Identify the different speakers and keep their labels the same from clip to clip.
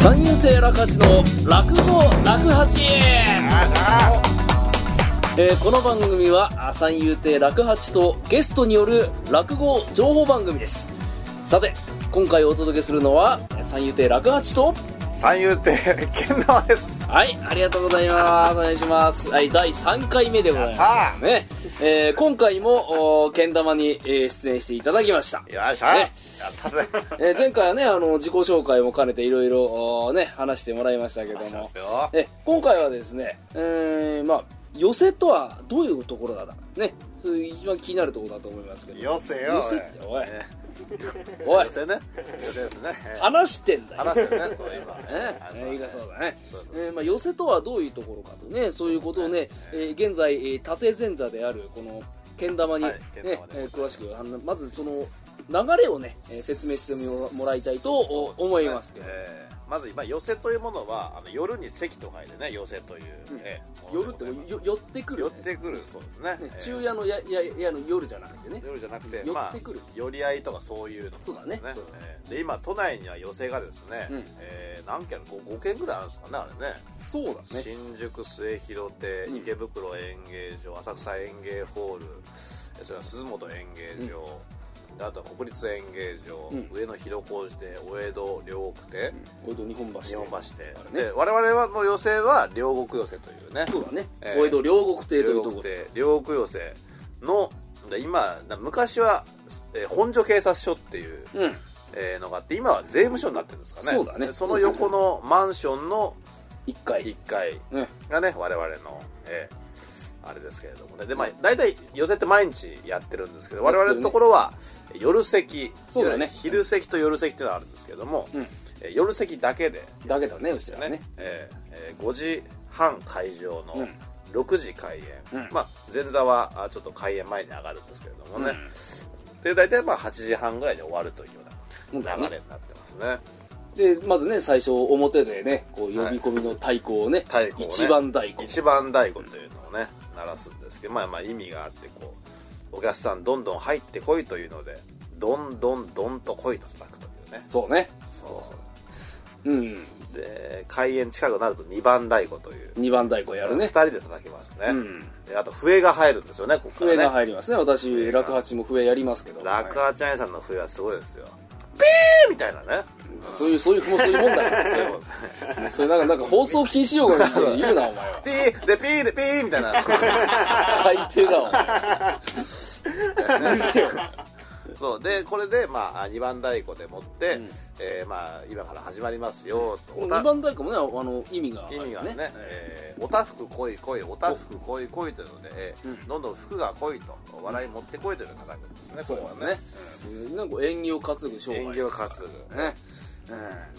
Speaker 1: 三遊亭楽八の落語楽八えーこの番組はあ三遊亭楽八とゲストによる落語情報番組ですさて今回お届けするのは三遊亭楽八と
Speaker 2: 三遊亭健太です
Speaker 1: はいありがとうございますお願いしますはい第3回目でございますね、えー今回もおけん玉に、えー出演していただきました
Speaker 2: よいしょ
Speaker 1: ね
Speaker 2: やったぜ
Speaker 1: えー前回はね、あの、自己紹介も兼ねていろいろ、ね、話してもらいましたけど
Speaker 2: よいし
Speaker 1: も
Speaker 2: ょ。よ
Speaker 1: え今回はですね、えー、まあ、寄せとはどういうところだね、そういう一番気になるところだと思いますけど。
Speaker 2: よせよ
Speaker 1: 寄せって、おい、
Speaker 2: ね
Speaker 1: おい
Speaker 2: 寄、せね寄せですね
Speaker 1: 話してんだよ。
Speaker 2: 話してねそう今
Speaker 1: ねねいいかそうだね
Speaker 2: そうそ。う
Speaker 1: えーまあ、寄せとはどういうところかとね、そういうことをね、えー現在、えー縦前座である、この、けん玉に、ね
Speaker 2: はいけん
Speaker 1: え
Speaker 2: 玉で
Speaker 1: ー詳しく、あのまずその、流れをね、えー説明してもらいたいとお思いますけど。
Speaker 2: えーまず今寄せというものはあの夜に席と書いてね寄せという
Speaker 1: うん
Speaker 2: えー
Speaker 1: 夜って
Speaker 2: ものでござい
Speaker 1: よ寄ってく
Speaker 2: ます
Speaker 1: る、
Speaker 2: 寄
Speaker 1: ね
Speaker 2: ってくるそうですね
Speaker 1: ね
Speaker 2: えー
Speaker 1: 昼夜のやややの夜じゃなくてね
Speaker 2: 夜じゃなくて
Speaker 1: 寄
Speaker 2: ま
Speaker 1: っ
Speaker 2: あ
Speaker 1: てくる、
Speaker 2: 寄り合いとかそういうのとかで
Speaker 1: そ
Speaker 2: す
Speaker 1: うだねそうだ
Speaker 2: えーで今都内には寄せがですね
Speaker 1: うん
Speaker 2: えー何軒5軒ぐらいあるんですかねあれね
Speaker 1: そうだね
Speaker 2: 新宿末広亭
Speaker 1: うん
Speaker 2: 池袋演芸場浅草演芸ホールえそれは鈴本演芸場、であとは国立演芸場、
Speaker 1: うん
Speaker 2: 上野広小路亭お江戸両国亭、
Speaker 1: お江戸日本橋
Speaker 2: 日本橋亭、
Speaker 1: ね
Speaker 2: で我々はもう寄席は両国寄席というね
Speaker 1: そうだね、
Speaker 2: えー
Speaker 1: お江戸両国亭というと
Speaker 2: 両国
Speaker 1: ころ
Speaker 2: 亭両国寄席ので今な昔は、えー本所警察署っていう、
Speaker 1: うん
Speaker 2: えーのがあって今は税務署になってるんですかね
Speaker 1: そうだね
Speaker 2: でその横のマンションの
Speaker 1: 一回
Speaker 2: 1階
Speaker 1: ね
Speaker 2: がね我々の、えーあれですけれどもねで、まあ、大体寄せって毎日やってるんですけど
Speaker 1: やって
Speaker 2: 我
Speaker 1: るね
Speaker 2: 々のところは夜席
Speaker 1: そうだね
Speaker 2: 昼席と夜席っていうのがあるんですけども、
Speaker 1: うん
Speaker 2: えー夜席だけで
Speaker 1: だけだねうちはね
Speaker 2: えーえー5時半会場の、
Speaker 1: うん
Speaker 2: 6時開演、
Speaker 1: うん
Speaker 2: まあ、前座はあちょっと開演前に上がるんですけれどもね、
Speaker 1: うん
Speaker 2: で大体まあ8時半ぐらいで終わるというよ
Speaker 1: そう
Speaker 2: う
Speaker 1: だ
Speaker 2: な
Speaker 1: ね
Speaker 2: 流れになってますね
Speaker 1: でまずね最初表でねこう呼び込みの太鼓をね,、
Speaker 2: 太鼓をね
Speaker 1: 一番太鼓
Speaker 2: 一番太鼓というのをね鳴らすんですけどまあまあ意味があってこうお客さんどんどん入ってこいというのでどんどんどんと来いと叩くというね
Speaker 1: そうね
Speaker 2: そう
Speaker 1: うん
Speaker 2: で開演近くなると2番太鼓という
Speaker 1: 二番太鼓やる
Speaker 2: 2
Speaker 1: ね
Speaker 2: 人で叩きますね、
Speaker 1: うん
Speaker 2: であと笛が入るんですよねここか
Speaker 1: 笛が
Speaker 2: らね
Speaker 1: 入りますね私
Speaker 2: 笛が
Speaker 1: 落八も笛やりますけど
Speaker 2: 楽
Speaker 1: はい
Speaker 2: 八兄さんの笛はすごいですよピーみたいな ね
Speaker 1: そういうそういうもうそういうもんだから
Speaker 2: そういうも
Speaker 1: ね
Speaker 2: んですね
Speaker 1: もうそれなんかなんか放送禁止用語みたいに言うなお前は
Speaker 2: ピーでピーでピー みたいな
Speaker 1: 最低だお前
Speaker 2: そうでこれでまあ2番太鼓でもって、
Speaker 1: うん
Speaker 2: えーまあ今から始まりますよと、
Speaker 1: 二
Speaker 2: おた
Speaker 1: 番太鼓もねあの意味がある
Speaker 2: 意
Speaker 1: よ
Speaker 2: 味がね、えーおたふく来い来いおたふく来い来いというので、えー
Speaker 1: うん
Speaker 2: どんどん服が来いと笑い持ってこいというのを叩くんですね、
Speaker 1: そう
Speaker 2: こ
Speaker 1: です
Speaker 2: れはね
Speaker 1: ね、うん、なんか縁起を担ぐ商売
Speaker 2: 縁起を担ぐ、
Speaker 1: ね、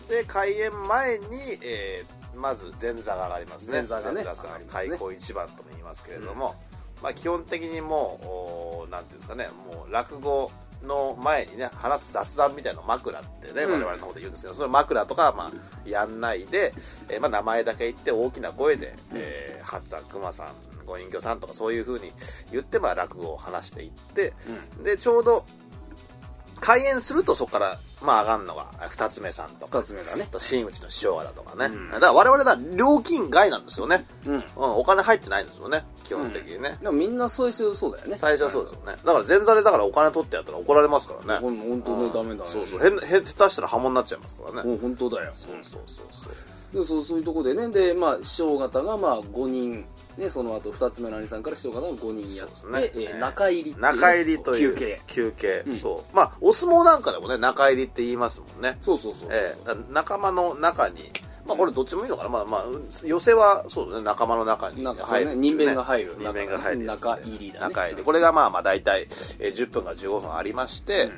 Speaker 2: で開演前に、えーまず前座が上がりますね
Speaker 1: 前座がね
Speaker 2: さん
Speaker 1: 上がりますね
Speaker 2: 開口一番とも言いますけれども、まあ、基本的にもう何ていうんですかねもう落語の前にね話す雑談みたいなの枕ってね、
Speaker 1: うん
Speaker 2: 我々の方で言うんですけどその枕とかはまあやんないで、えーまあ、名前だけ言って大きな声で、えー、八さん熊さんご隠居さんとかそういうふうに言って、まあ、落語を話していって、でちょうど開演するとそこから、まあ、上がるのが二つ目さんとか
Speaker 1: 二つ目だね
Speaker 2: あと新内の師匠がだとかね、
Speaker 1: うん
Speaker 2: だから我々だ料金外なんですよね、
Speaker 1: うん、うん、
Speaker 2: うん、お金入ってないんですよね基本的にね、
Speaker 1: でもみんなそういうそうだよね
Speaker 2: 最初はそうですよねだから前座でだからお金取ってやったら怒られますからね
Speaker 1: これもう本当ね
Speaker 2: うん
Speaker 1: ダメだね
Speaker 2: そうそう変変下手したら破門になっちゃいますからね、
Speaker 1: もう本当だよ
Speaker 2: そうそうそうそう
Speaker 1: でそうそういうとこでねでまあ師匠方がまあ5人ねその後二つ目の兄さんから師匠方が5人やって、
Speaker 2: そうですね
Speaker 1: えー
Speaker 2: えー
Speaker 1: 中入りっていうね
Speaker 2: 中入りという
Speaker 1: 休憩
Speaker 2: 休憩、
Speaker 1: うん
Speaker 2: そうまあお相撲なんかでもね中入りって言いますもんね
Speaker 1: そうそうそうそう、
Speaker 2: ええだから仲間の中にまあこれどっちもいいのかな、まあまあうん寄せはそうですね仲間の中に
Speaker 1: なんか
Speaker 2: 入るって
Speaker 1: そう
Speaker 2: い
Speaker 1: ね人
Speaker 2: う
Speaker 1: 弁が入る
Speaker 2: 人弁が入るやつね
Speaker 1: 中入りだね
Speaker 2: 中入りこれがまあまあ大体えー10分から15分ありまして、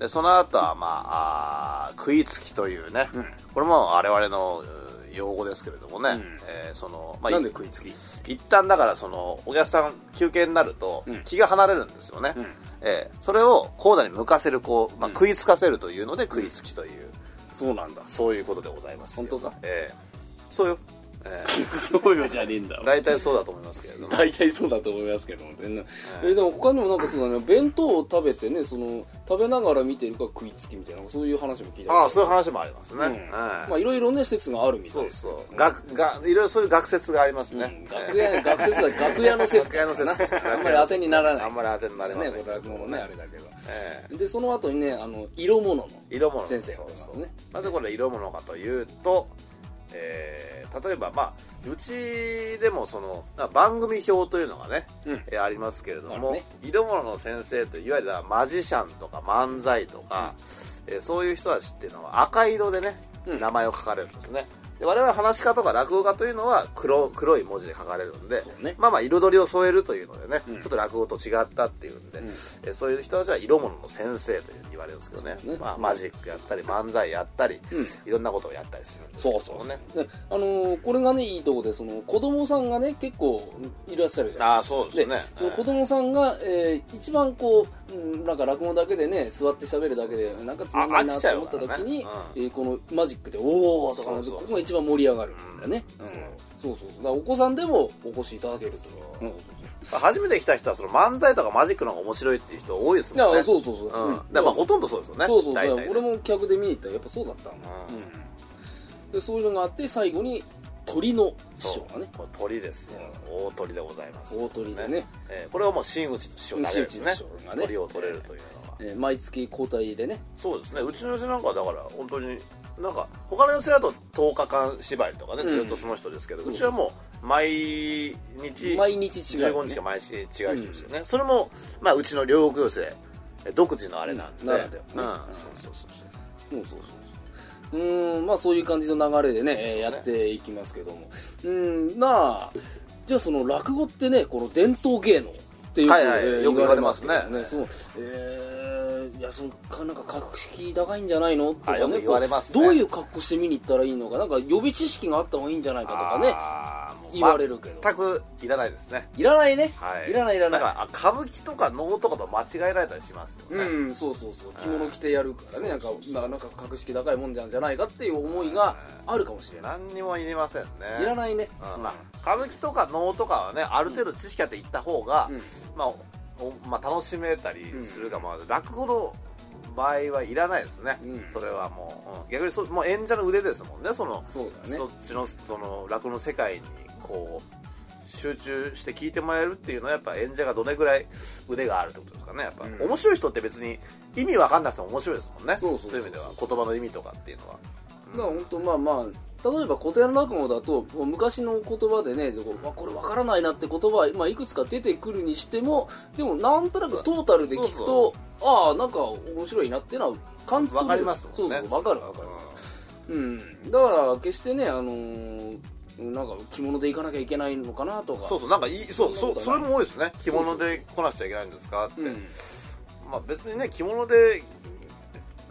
Speaker 2: でその後はまああー食いつきというね、
Speaker 1: うん
Speaker 2: これも我々のうん用語ですけれどもね、
Speaker 1: うん
Speaker 2: えーそのまあ
Speaker 1: なんで食いつき
Speaker 2: 一旦だからそのお客さん休憩になると
Speaker 1: うん
Speaker 2: 気が離れるんですよね、
Speaker 1: うん
Speaker 2: ええそれを高座に向かせるこう、まあ、
Speaker 1: うん
Speaker 2: 食いつかせるというので食いつきという、
Speaker 1: そうなんだ
Speaker 2: そういうことでございますよ
Speaker 1: 本当か
Speaker 2: ええそうよ、ええ
Speaker 1: そうよじゃねえんだ
Speaker 2: え大体そうだと思いますけれども
Speaker 1: 大体そうだと思いますけどもね、えでも他にもなんかそうだね弁当を食べてねその食べながら見てるから食いつきみたいなそういう話も聞いたこと
Speaker 2: ああそういう話もありますね、
Speaker 1: うん
Speaker 2: ええ
Speaker 1: まあいろいろね施設があるみた
Speaker 2: そ
Speaker 1: いうです
Speaker 2: そう学がいろいろそういう学説がありますね、
Speaker 1: うん楽屋学説だ楽屋の説
Speaker 2: 学屋の説
Speaker 1: だ なあんまり当てにならない
Speaker 2: あんまり当てになりませ
Speaker 1: ね
Speaker 2: んけ
Speaker 1: これ
Speaker 2: ど
Speaker 1: はもうねあれだけど
Speaker 2: ええ
Speaker 1: でその後にねあの色物の
Speaker 2: 色物
Speaker 1: 先生が出
Speaker 2: そう
Speaker 1: ます
Speaker 2: そう
Speaker 1: ね
Speaker 2: なぜこれ色物かというと、えー例えばまあうちでもそのな番組表というのがね、
Speaker 1: うん
Speaker 2: えーありますけれど
Speaker 1: あ
Speaker 2: も、
Speaker 1: るね
Speaker 2: 色物の先生といわゆるマジシャンとか漫才とか、えーそういう人たちっていうのは赤色でね、
Speaker 1: うん
Speaker 2: 名前を書かれるんですねで我々話し家とか落語家というのは黒黒い文字で書かれるんで
Speaker 1: そうね
Speaker 2: まあまあ彩りを添えるというのでね、
Speaker 1: うん
Speaker 2: ちょっと落語と違ったっていうんで、
Speaker 1: うん
Speaker 2: えーそういう人たちは色物の先生というふうに言われるんですけどね
Speaker 1: そうね
Speaker 2: まあ、マジックやったり漫才やったり、
Speaker 1: う
Speaker 2: いろんなことをやったりするんですけ
Speaker 1: そ
Speaker 2: ど
Speaker 1: うそう
Speaker 2: ね
Speaker 1: であのーこれがねいいとこでその子供さんがね結構いらっしゃるじゃん
Speaker 2: ああそうです
Speaker 1: で
Speaker 2: ね
Speaker 1: その子
Speaker 2: え
Speaker 1: 供さんが、えー一番こう、うん、なんか落語だけでね座って喋るだけでなんかつまんない
Speaker 2: あ飽
Speaker 1: な
Speaker 2: きちゃ
Speaker 1: と
Speaker 2: う
Speaker 1: 思った
Speaker 2: からね
Speaker 1: 時に、
Speaker 2: う
Speaker 1: えーこのマジックで「おお!」とかなると
Speaker 2: そうそうそう
Speaker 1: ここが一番盛り上がるんだよね、
Speaker 2: うん
Speaker 1: うんそうそうそうだからお子さんでもお越しいただけると
Speaker 2: そ
Speaker 1: う
Speaker 2: う
Speaker 1: ん、い
Speaker 2: え初めて来た人はその漫才とかマジックの方が面白いっていう人多いですもんね
Speaker 1: やそうそうそう、
Speaker 2: うん
Speaker 1: うん
Speaker 2: だからまあほとんどそうですよね
Speaker 1: そうそうだ
Speaker 2: 大
Speaker 1: から
Speaker 2: 体ね
Speaker 1: 俺も客で見に行ったらやっぱそうだったの、
Speaker 2: うん
Speaker 1: うんでそういうのがあって最後に鳥の師匠
Speaker 2: そ
Speaker 1: が
Speaker 2: う
Speaker 1: ね
Speaker 2: もう鳥ですよ大鳥でございます
Speaker 1: 大鳥でね
Speaker 2: えーこれはもう真打ちの師匠だけですね
Speaker 1: 真打ちの師匠がね
Speaker 2: 鳥を取れるというのは
Speaker 1: えー毎月交代でね
Speaker 2: そうですねうちの寄席なんかはだから本当になんか他の寄席だと10日間縛りとかね、
Speaker 1: うん
Speaker 2: ずっとその人ですけど
Speaker 1: そう
Speaker 2: うちはもう毎日
Speaker 1: 毎日違う、ね、
Speaker 2: 15日か毎日違う人ですよね、それも、まあ、うちの両国寄席独自のあれなんで、
Speaker 1: うんならではね
Speaker 2: うん
Speaker 1: うん
Speaker 2: そうそうそうそう
Speaker 1: そうそうそうそううーんまあそういう感じの流れでねえー
Speaker 2: そうね
Speaker 1: やっていきますけどもうーんなあじゃあその落語ってねこの伝統芸能っていう
Speaker 2: はいはい
Speaker 1: えー
Speaker 2: よく言われますね
Speaker 1: 言われますけどねそうえーいやそのかなんか格式高いんじゃないのとか
Speaker 2: あ
Speaker 1: ね
Speaker 2: よく言われますね
Speaker 1: こうどういう格好して見に行ったらいいのかなんか予備知識があった方がいいんじゃないかとかね
Speaker 2: あーもう
Speaker 1: 言われるけど
Speaker 2: 全くいらないですね
Speaker 1: いらないね、
Speaker 2: はい
Speaker 1: い、らないいらない
Speaker 2: だからあ歌舞伎とか能とかと間違えられたりしますよね、
Speaker 1: うん、そうそうそう着物着てやるからねなんか
Speaker 2: そうそうそう
Speaker 1: ななんか格式高いもんじゃんじゃないかっていう思いがあるかもしれない
Speaker 2: 何にもいりませんね
Speaker 1: いらないね、
Speaker 2: うんまあ、歌舞伎とか能とかはねある程度知識あって行った方が、
Speaker 1: うん
Speaker 2: まあおまあ、楽しめたりするが、まあ、落語の場合はいらないですね、
Speaker 1: うん
Speaker 2: それはもう、うん逆にそもう演者の腕ですもんねその
Speaker 1: そうだね
Speaker 2: そっちのその落語の世界にこう集中して聞いてもらえるっていうのはやっぱ演者がどれぐらい腕があるってことですかねやっぱ、
Speaker 1: うん
Speaker 2: 面白い人って別に意味わかんなくても面白いですもんね
Speaker 1: そうそうそう
Speaker 2: いう意味では言葉の意味とかっていうのは、
Speaker 1: だから本当まあまあ例えば古典落語だともう昔の言葉でねこうわこれわからないなって言葉は、まあ、いくつか出てくるにしてもでもなんとなくトータルで聞くと
Speaker 2: そうそ
Speaker 1: ああなんか面白いなってのは感じ
Speaker 2: わ
Speaker 1: 取
Speaker 2: か
Speaker 1: れ
Speaker 2: り
Speaker 1: る
Speaker 2: ますもんね
Speaker 1: そうそうわかるわかるうんだから決してねあのーなんか着物で行かなきゃいけないのかなとか
Speaker 2: そうそうなんかいいそう
Speaker 1: そんな
Speaker 2: そう
Speaker 1: こと
Speaker 2: そ
Speaker 1: な
Speaker 2: れ
Speaker 1: い
Speaker 2: も多いですね着物で来なくちゃいけないんですかって、
Speaker 1: うん
Speaker 2: まあ別にね着物で、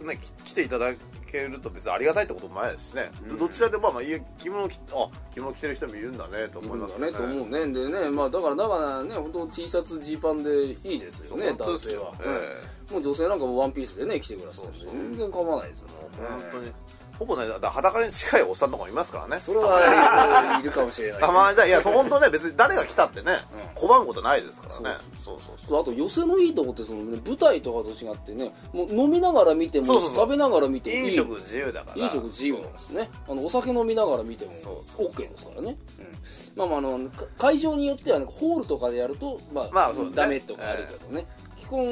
Speaker 2: ね、き来ていただけると別にありがたいってこともないですしね、
Speaker 1: うん
Speaker 2: どちらでもまあまあいい着物着あ着物着てる人もいるんだねと思います
Speaker 1: ねと思うねでねまあだからだからね本当 T シャツジーパンでいいですよね
Speaker 2: 本当
Speaker 1: 男
Speaker 2: です
Speaker 1: 性は
Speaker 2: よ、、え
Speaker 1: うんもう女性なんかもワンピースでね着てくださって
Speaker 2: そうそう
Speaker 1: 全然構わないですよ
Speaker 2: えもう本当にほぼねだから裸に近いおっさんとかもいますからね
Speaker 1: それはいるかもしれない
Speaker 2: たまにだいやそう本当ね別に誰が来たってね、拒むことないですからねそうそうそう
Speaker 1: あと寄せのいいとこってその、ね、舞台とかと違ってねもう飲みながら見ても
Speaker 2: そうそうそう
Speaker 1: 食べながら見てもいい
Speaker 2: 飲食自由だから
Speaker 1: 飲食自由なんですねあのお酒飲みながら見ても
Speaker 2: そうそうそう
Speaker 1: OK ですからね、うんまあまああのか会場によっては、ね、ホールとかでやると、まあ
Speaker 2: まあそうね
Speaker 1: ダメとかあるけどね、基本、う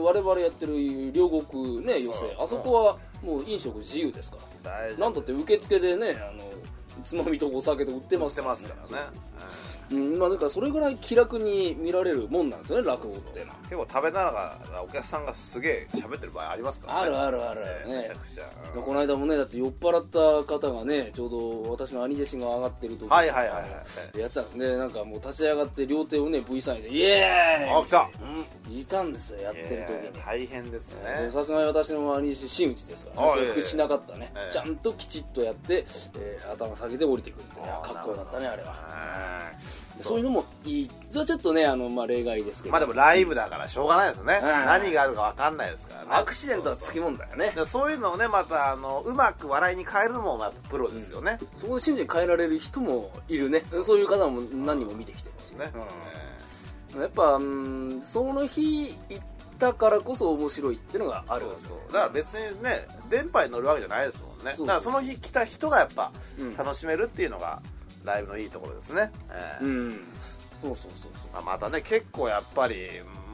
Speaker 1: ん我々やってる両国ね寄
Speaker 2: そう
Speaker 1: せあそこはもう飲食自由ですから
Speaker 2: 大丈夫
Speaker 1: なんだって受付でねあのつまみとお酒と売って
Speaker 2: 持
Speaker 1: ま
Speaker 2: っ
Speaker 1: す
Speaker 2: てますからね、
Speaker 1: うんまあだからそれぐらい気楽に見られるもんなんですよね落語ってのは
Speaker 2: 結構食べながらお客さんがすげえ喋ってる場合ありますからね
Speaker 1: あるあるある
Speaker 2: ええ
Speaker 1: ね
Speaker 2: めちゃくちゃ、うん
Speaker 1: この間もねだって酔っ払った方がねちょうど私の兄弟子が上がってる時
Speaker 2: はいはいはいはい
Speaker 1: いやってたんでなんかもう立ち上がって両手をね V サインして「イエーイ!」
Speaker 2: あ来た
Speaker 1: うんいたんですよやってる時
Speaker 2: ええ
Speaker 1: に
Speaker 2: 大変ですね
Speaker 1: でさすがに私の兄弟子真打ちですからね
Speaker 2: あ
Speaker 1: それ
Speaker 2: ええ
Speaker 1: 屈しなかったね、
Speaker 2: ええ
Speaker 1: ちゃんときちっとやって、えー頭下げて降りてくるってね
Speaker 2: あー
Speaker 1: かっこよかったねあれは
Speaker 2: は
Speaker 1: そういうのもいいそれはちょっとねあの、まあ、例外ですけど、
Speaker 2: まあでもライブだからしょうがないですね、
Speaker 1: ん
Speaker 2: 何があるか分かんないですからね
Speaker 1: アクシデントはつきもんだよね
Speaker 2: でそういうのをねまたあのうまく笑いに変えるのもまあプロですよね、
Speaker 1: そこで瞬時に変えられる人もいるねそういう方も何人も見てきてるし
Speaker 2: ね、
Speaker 1: うん
Speaker 2: え
Speaker 1: やっぱ、うん、その日行ったからこそ面白いっていうのが
Speaker 2: ー
Speaker 1: ある
Speaker 2: そうそうだから別にね電波に乗るわけじゃないですもんね
Speaker 1: そうそう
Speaker 2: だからその日来た人がやっぱ
Speaker 1: うん
Speaker 2: 楽しめるっていうのがライブのいいところですね、えー
Speaker 1: うんそうそうそう
Speaker 2: まあ、またね結構やっぱり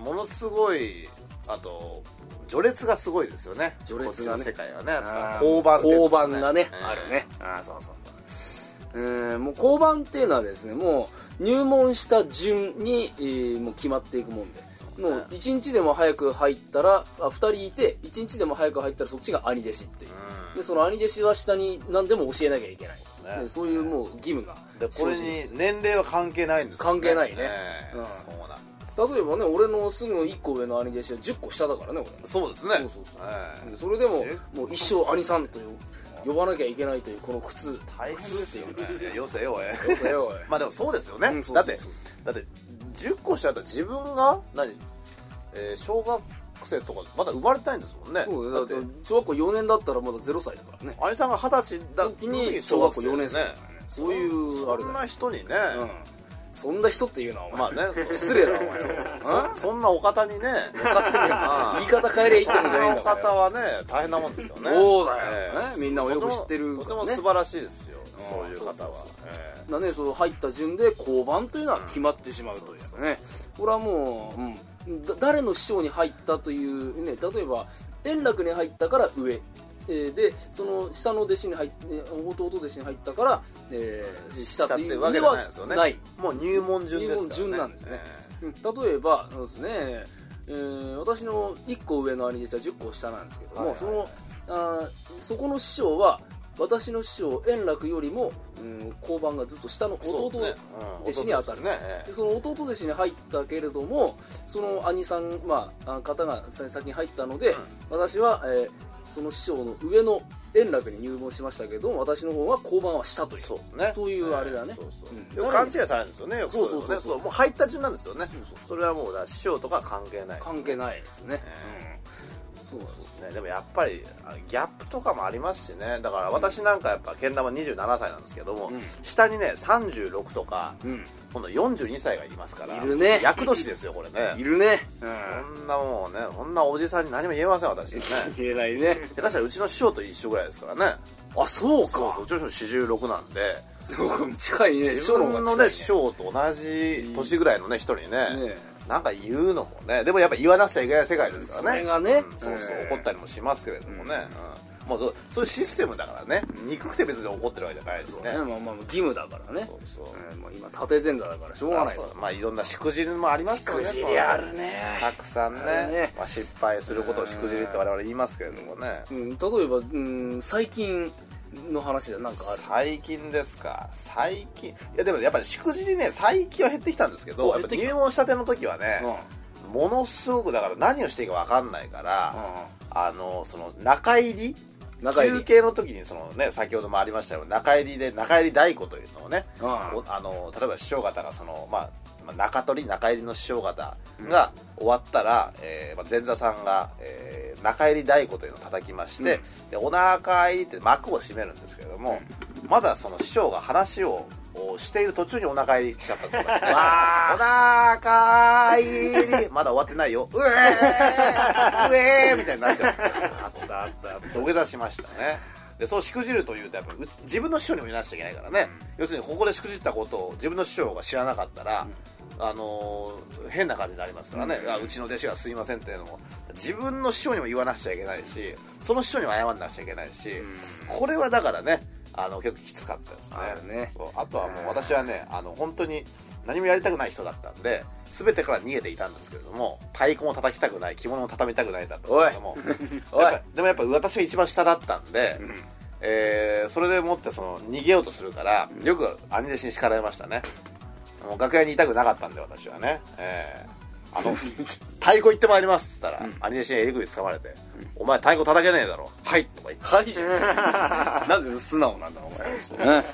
Speaker 2: ものすごいあと序列がすごいですよね
Speaker 1: 序列がね
Speaker 2: こっちの世界はねやっぱ
Speaker 1: そう
Speaker 2: 交番っていうん
Speaker 1: 交
Speaker 2: ですか
Speaker 1: 番がね、
Speaker 2: えー
Speaker 1: あるねあーそうそうそううんもう交番っていうのはですねもう入門した順に、えーもう決まっていくもんでもう1日でも早く入ったらあ2人いて1日でも早く入ったらそっちが兄弟子っていう
Speaker 2: うん
Speaker 1: でその兄弟子は下に何でも教えなきゃいけない
Speaker 2: ね
Speaker 1: でそういうもう義務が
Speaker 2: でこれ
Speaker 1: 生じ
Speaker 2: に年齢は関係ないんですよ
Speaker 1: 関係ないね
Speaker 2: ええ
Speaker 1: うん
Speaker 2: そうなん
Speaker 1: ます例えばね俺のすぐ1個上の兄弟子は10個下だからね俺
Speaker 2: そうですね
Speaker 1: そうそうそう
Speaker 2: ええ
Speaker 1: でそれでも
Speaker 2: え
Speaker 1: もう一生兄さんという呼ばなきゃいけないというこの苦痛
Speaker 2: 大変ですよねいやよせよえ
Speaker 1: よくねおい
Speaker 2: まあでもそうですよね、
Speaker 1: うんそう
Speaker 2: だ
Speaker 1: そう
Speaker 2: っ
Speaker 1: そう
Speaker 2: てだって10個下だったら自分が何、えー小学生とかまだ生まれてないんですもんね
Speaker 1: そうだ
Speaker 2: だ
Speaker 1: よ
Speaker 2: って
Speaker 1: だって小学校4年だったらまだ0歳だからね
Speaker 2: 兄さんが二十歳だ
Speaker 1: 時に小学校4年生
Speaker 2: ね
Speaker 1: だからねそういうあ
Speaker 2: そ
Speaker 1: れ
Speaker 2: ん
Speaker 1: だよ
Speaker 2: な人にね、
Speaker 1: うんそんな人っていうのはお前
Speaker 2: まあね
Speaker 1: 失礼だお前
Speaker 2: そ
Speaker 1: あ
Speaker 2: そんなお方にねああ
Speaker 1: 言い方変えりゃいいってこ
Speaker 2: そ
Speaker 1: と
Speaker 2: ん
Speaker 1: じゃないん
Speaker 2: な
Speaker 1: だ
Speaker 2: お
Speaker 1: から
Speaker 2: 方
Speaker 1: よ
Speaker 2: はね大変なもんですよね
Speaker 1: そうだよね
Speaker 2: ええ
Speaker 1: みんなもよく知ってる
Speaker 2: と
Speaker 1: か
Speaker 2: て
Speaker 1: ら
Speaker 2: も
Speaker 1: ね
Speaker 2: とても素晴らしいですよ
Speaker 1: ん
Speaker 2: そういう方は
Speaker 1: そうそうそう
Speaker 2: ええ
Speaker 1: だね、その入った順で交番というのは決まってしまうというね、
Speaker 2: うんそう
Speaker 1: これはもう、うん、だ誰の師匠に入ったという、ね、例えば円楽に入ったから上、えーでその下の弟子に入っえー弟弟子に入ったから、えー
Speaker 2: 下
Speaker 1: 下
Speaker 2: っ
Speaker 1: と
Speaker 2: て
Speaker 1: い
Speaker 2: いう
Speaker 1: う
Speaker 2: わ
Speaker 1: で
Speaker 2: けじゃ
Speaker 1: は
Speaker 2: ないんですよね
Speaker 1: ない
Speaker 2: もう入門順ですから、ね、
Speaker 1: 入門順なんですね
Speaker 2: ええ
Speaker 1: うん例えばそうです、ねえー私の1個上の兄弟子は10個下なんですけども、
Speaker 2: はいはい
Speaker 1: そのあーそこの師匠は私の師匠円楽よりも、うん、交番がずっと下の弟
Speaker 2: そうねうん
Speaker 1: 弟子に当たる
Speaker 2: 弟ですねえ
Speaker 1: でその弟弟子に入ったけれどもその兄さん、まあ、あ方がさ先に入ったので、
Speaker 2: うん
Speaker 1: 私は、えーその師匠の上の円楽に入門しましたけれども私の方は交番は下と
Speaker 2: え
Speaker 1: いう
Speaker 2: そうね
Speaker 1: そういうあれだね
Speaker 2: ええそうそう
Speaker 1: うん
Speaker 2: よく勘違いされるんですよねよくそういうのね
Speaker 1: そうそうそうそう
Speaker 2: そうもう入った順なんですよね
Speaker 1: そうそう
Speaker 2: それはもうだから師匠とか関係ない
Speaker 1: 関係ないですね、
Speaker 2: え
Speaker 1: うんそうそう
Speaker 2: ですねでもやっぱりあギャップとかもありますしねだから私なんかやっぱけん玉27歳なんですけども、
Speaker 1: うん
Speaker 2: 下にね36とか
Speaker 1: うん
Speaker 2: 今度42歳がいますから
Speaker 1: いるね
Speaker 2: 厄年ですよこれ
Speaker 1: い
Speaker 2: ね
Speaker 1: るね、
Speaker 2: そんなもうねこんなおじさんに何も言えませ ん私はね
Speaker 1: 言えないね
Speaker 2: 下手したらうちの師匠と一緒ぐらいですからね
Speaker 1: あそうか
Speaker 2: そうそううちの師匠46なんで
Speaker 1: 近いね師
Speaker 2: 自
Speaker 1: 匠の
Speaker 2: 分
Speaker 1: 方
Speaker 2: の
Speaker 1: が
Speaker 2: ね師
Speaker 1: 近い
Speaker 2: 匠と同じ年ぐらいのね人に
Speaker 1: ね
Speaker 2: ね
Speaker 1: ね
Speaker 2: なんか言うのもねでもやっぱ言わなくちゃいけない世界ですからね
Speaker 1: それがね
Speaker 2: うんそうそう
Speaker 1: ええ
Speaker 2: 怒ったりもしますけれどもね、うんまあどそういうシステムだからね憎くて別に怒ってるわけじゃないです
Speaker 1: そ
Speaker 2: よ
Speaker 1: う
Speaker 2: ね
Speaker 1: ねまあまあ義務だからね
Speaker 2: そうそう
Speaker 1: うんまあ今縦前座だからしょうがないです
Speaker 2: あそうまあいろんなしくじりもありますよね
Speaker 1: しくじりあるね
Speaker 2: たくさんね
Speaker 1: あるね
Speaker 2: まあ、失敗することをしくじりって我々言いますけれどもね
Speaker 1: うん、例えば、うん、最近の話でなんかある
Speaker 2: 最近ですか最近いやでもやっぱりしくじりね最近は減ってきたんですけ
Speaker 1: お
Speaker 2: どやっ
Speaker 1: 減っ
Speaker 2: ぱ
Speaker 1: てきた
Speaker 2: 入門したての時はね、ものすごくだから何をしていいか分かんないから、
Speaker 1: う
Speaker 2: あのその中入り
Speaker 1: 中入り
Speaker 2: 休憩の時にそのね先ほどもありましたように中入りで中入り太鼓というのをね、
Speaker 1: うん
Speaker 2: おあの例えば師匠方がその、まあまあ、中取り中入りの師匠方が終わったら、えーまあ、前座さんが、えー中入り太鼓というのを叩きまして、でお腹入りって幕を閉めるんですけれども、まだその師匠が話ををしている途中にお腹入りしちゃったんですね
Speaker 1: わ
Speaker 2: お腹入りまだ終わってないようえーうえーみたいになっちゃった
Speaker 1: ん、だった
Speaker 2: 土下座しましたねでそうしくじるというとやっぱう自分の師匠にも言わなくちゃいけないからね、要するにここでしくじったことを自分の師匠が知らなかったら、あのー変な感じになりますからね、あうちの弟子がすいませんっていうのも自分の師匠にも言わなくちゃいけないしその師匠にも謝んなくちゃいけないし、これはだからねあの結構きつかったですね
Speaker 1: あるね
Speaker 2: そうあとはもう私はねあの本当に何もやりたくない人だったんで全てから逃げていたんですけれども太鼓も叩きたくない着物も畳みたくないだったんですけども
Speaker 1: おい
Speaker 2: やっぱでもやっぱ私が一番下だったんで、えーそれでもってその逃げようとするからよく兄弟子に叱られましたねもう楽屋にいたくなかったんで私はね、え あの太鼓行ってまいりますっつったら、
Speaker 1: ん
Speaker 2: アニメシン襟首掴まれて、お前太鼓叩けねえだろはい」とか言って
Speaker 1: はい。なんで素直なんだ、お前。ね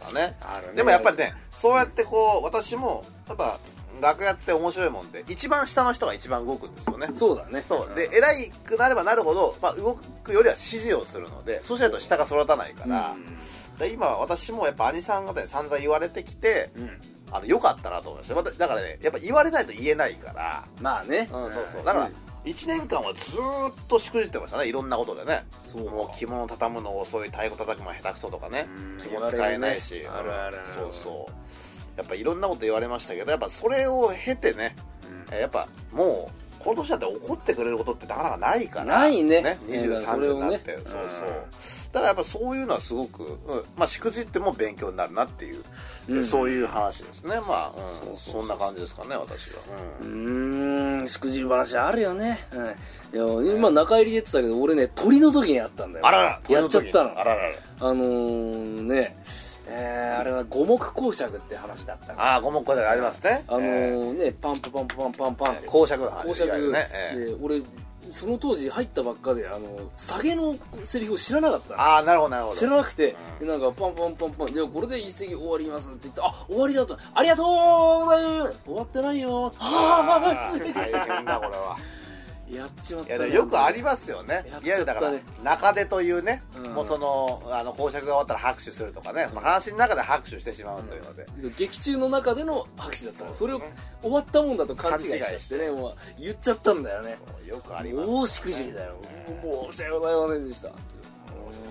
Speaker 2: とかね
Speaker 1: あるね
Speaker 2: でもやっぱりねそうやってこう私もやっぱ楽屋って面白いもんで一番下の人が一番動くんですよね
Speaker 1: そうだね。
Speaker 2: そうで偉いくなればなるほど、まあ、動くよりは指示をするのでそうしないと下が育たないから,、で今私もやっぱ兄さん方に散々言われてきて
Speaker 1: うん。うん。
Speaker 2: あのよかったなと思いましたまただからねやっぱ言われないと言えないから
Speaker 1: まあね。
Speaker 2: うん、そうそうだから1年間はずーっとしくじってましたねいろんなことでね
Speaker 1: そうか
Speaker 2: もう着物畳むの遅い太鼓叩くの下手くそとかね
Speaker 1: うん
Speaker 2: 着物使えないし、
Speaker 1: 言われるねあるあるある
Speaker 2: そうそうやっぱいろんなこと言われましたけどやっぱそれを経てねえーやっぱもうこの年だって怒ってくれることってなかなかないから
Speaker 1: ないねうんそれ
Speaker 2: 23
Speaker 1: を
Speaker 2: に
Speaker 1: ね
Speaker 2: なって、そうそうだからやっぱそういうのはすごく、うんまあ、しくじっても勉強になるなっていう、
Speaker 1: うん
Speaker 2: そういう話ですねまあ、うん
Speaker 1: そうそう
Speaker 2: そんな感じですかね私は、
Speaker 1: う
Speaker 2: うん
Speaker 1: ーん、しくじる話あるよね。うん。いや、今中入りで言ってたけど、俺ね、鳥の時にやったんだよ。
Speaker 2: あらら
Speaker 1: やっちゃったの。
Speaker 2: あららら
Speaker 1: あのー、ね、えー、あれは五目公爵って話だったから
Speaker 2: ああ五目講釈ありますね
Speaker 1: あの
Speaker 2: えー
Speaker 1: ーね、パンパパンパンパンパンって。
Speaker 2: 講釈の話
Speaker 1: 公爵
Speaker 2: いわゆるね、えー
Speaker 1: で、俺、その当時入ったばっかで、あの、下げのセリフを知らなかったの
Speaker 2: ああなるほどなるほど
Speaker 1: 知らなくて、
Speaker 2: う
Speaker 1: でなんかパンパンパンパン、じゃあこれで一席終わりますって言って、あ、終わりだと、ありがとうございます終わってないよは
Speaker 2: あ
Speaker 1: ぁ、
Speaker 2: ー 大変だこれは
Speaker 1: やっちまっ
Speaker 2: い
Speaker 1: た
Speaker 2: や
Speaker 1: な
Speaker 2: でもよくありますよね
Speaker 1: やっ
Speaker 2: い
Speaker 1: ちゃったね
Speaker 2: わゆるだから中出というね、
Speaker 1: うん
Speaker 2: もうそのあの講釈が終わったら拍手するとかね、まあ話の中で拍手してしまうというので、
Speaker 1: 劇中の中での拍手だったのそれを
Speaker 2: ね
Speaker 1: 終わったもんだと勘違いしちゃ
Speaker 2: 勘違い
Speaker 1: っ
Speaker 2: してて
Speaker 1: ねもう言っちゃったんだよね
Speaker 2: よくあります
Speaker 1: 大しくじりだよ申し訳ございませんでした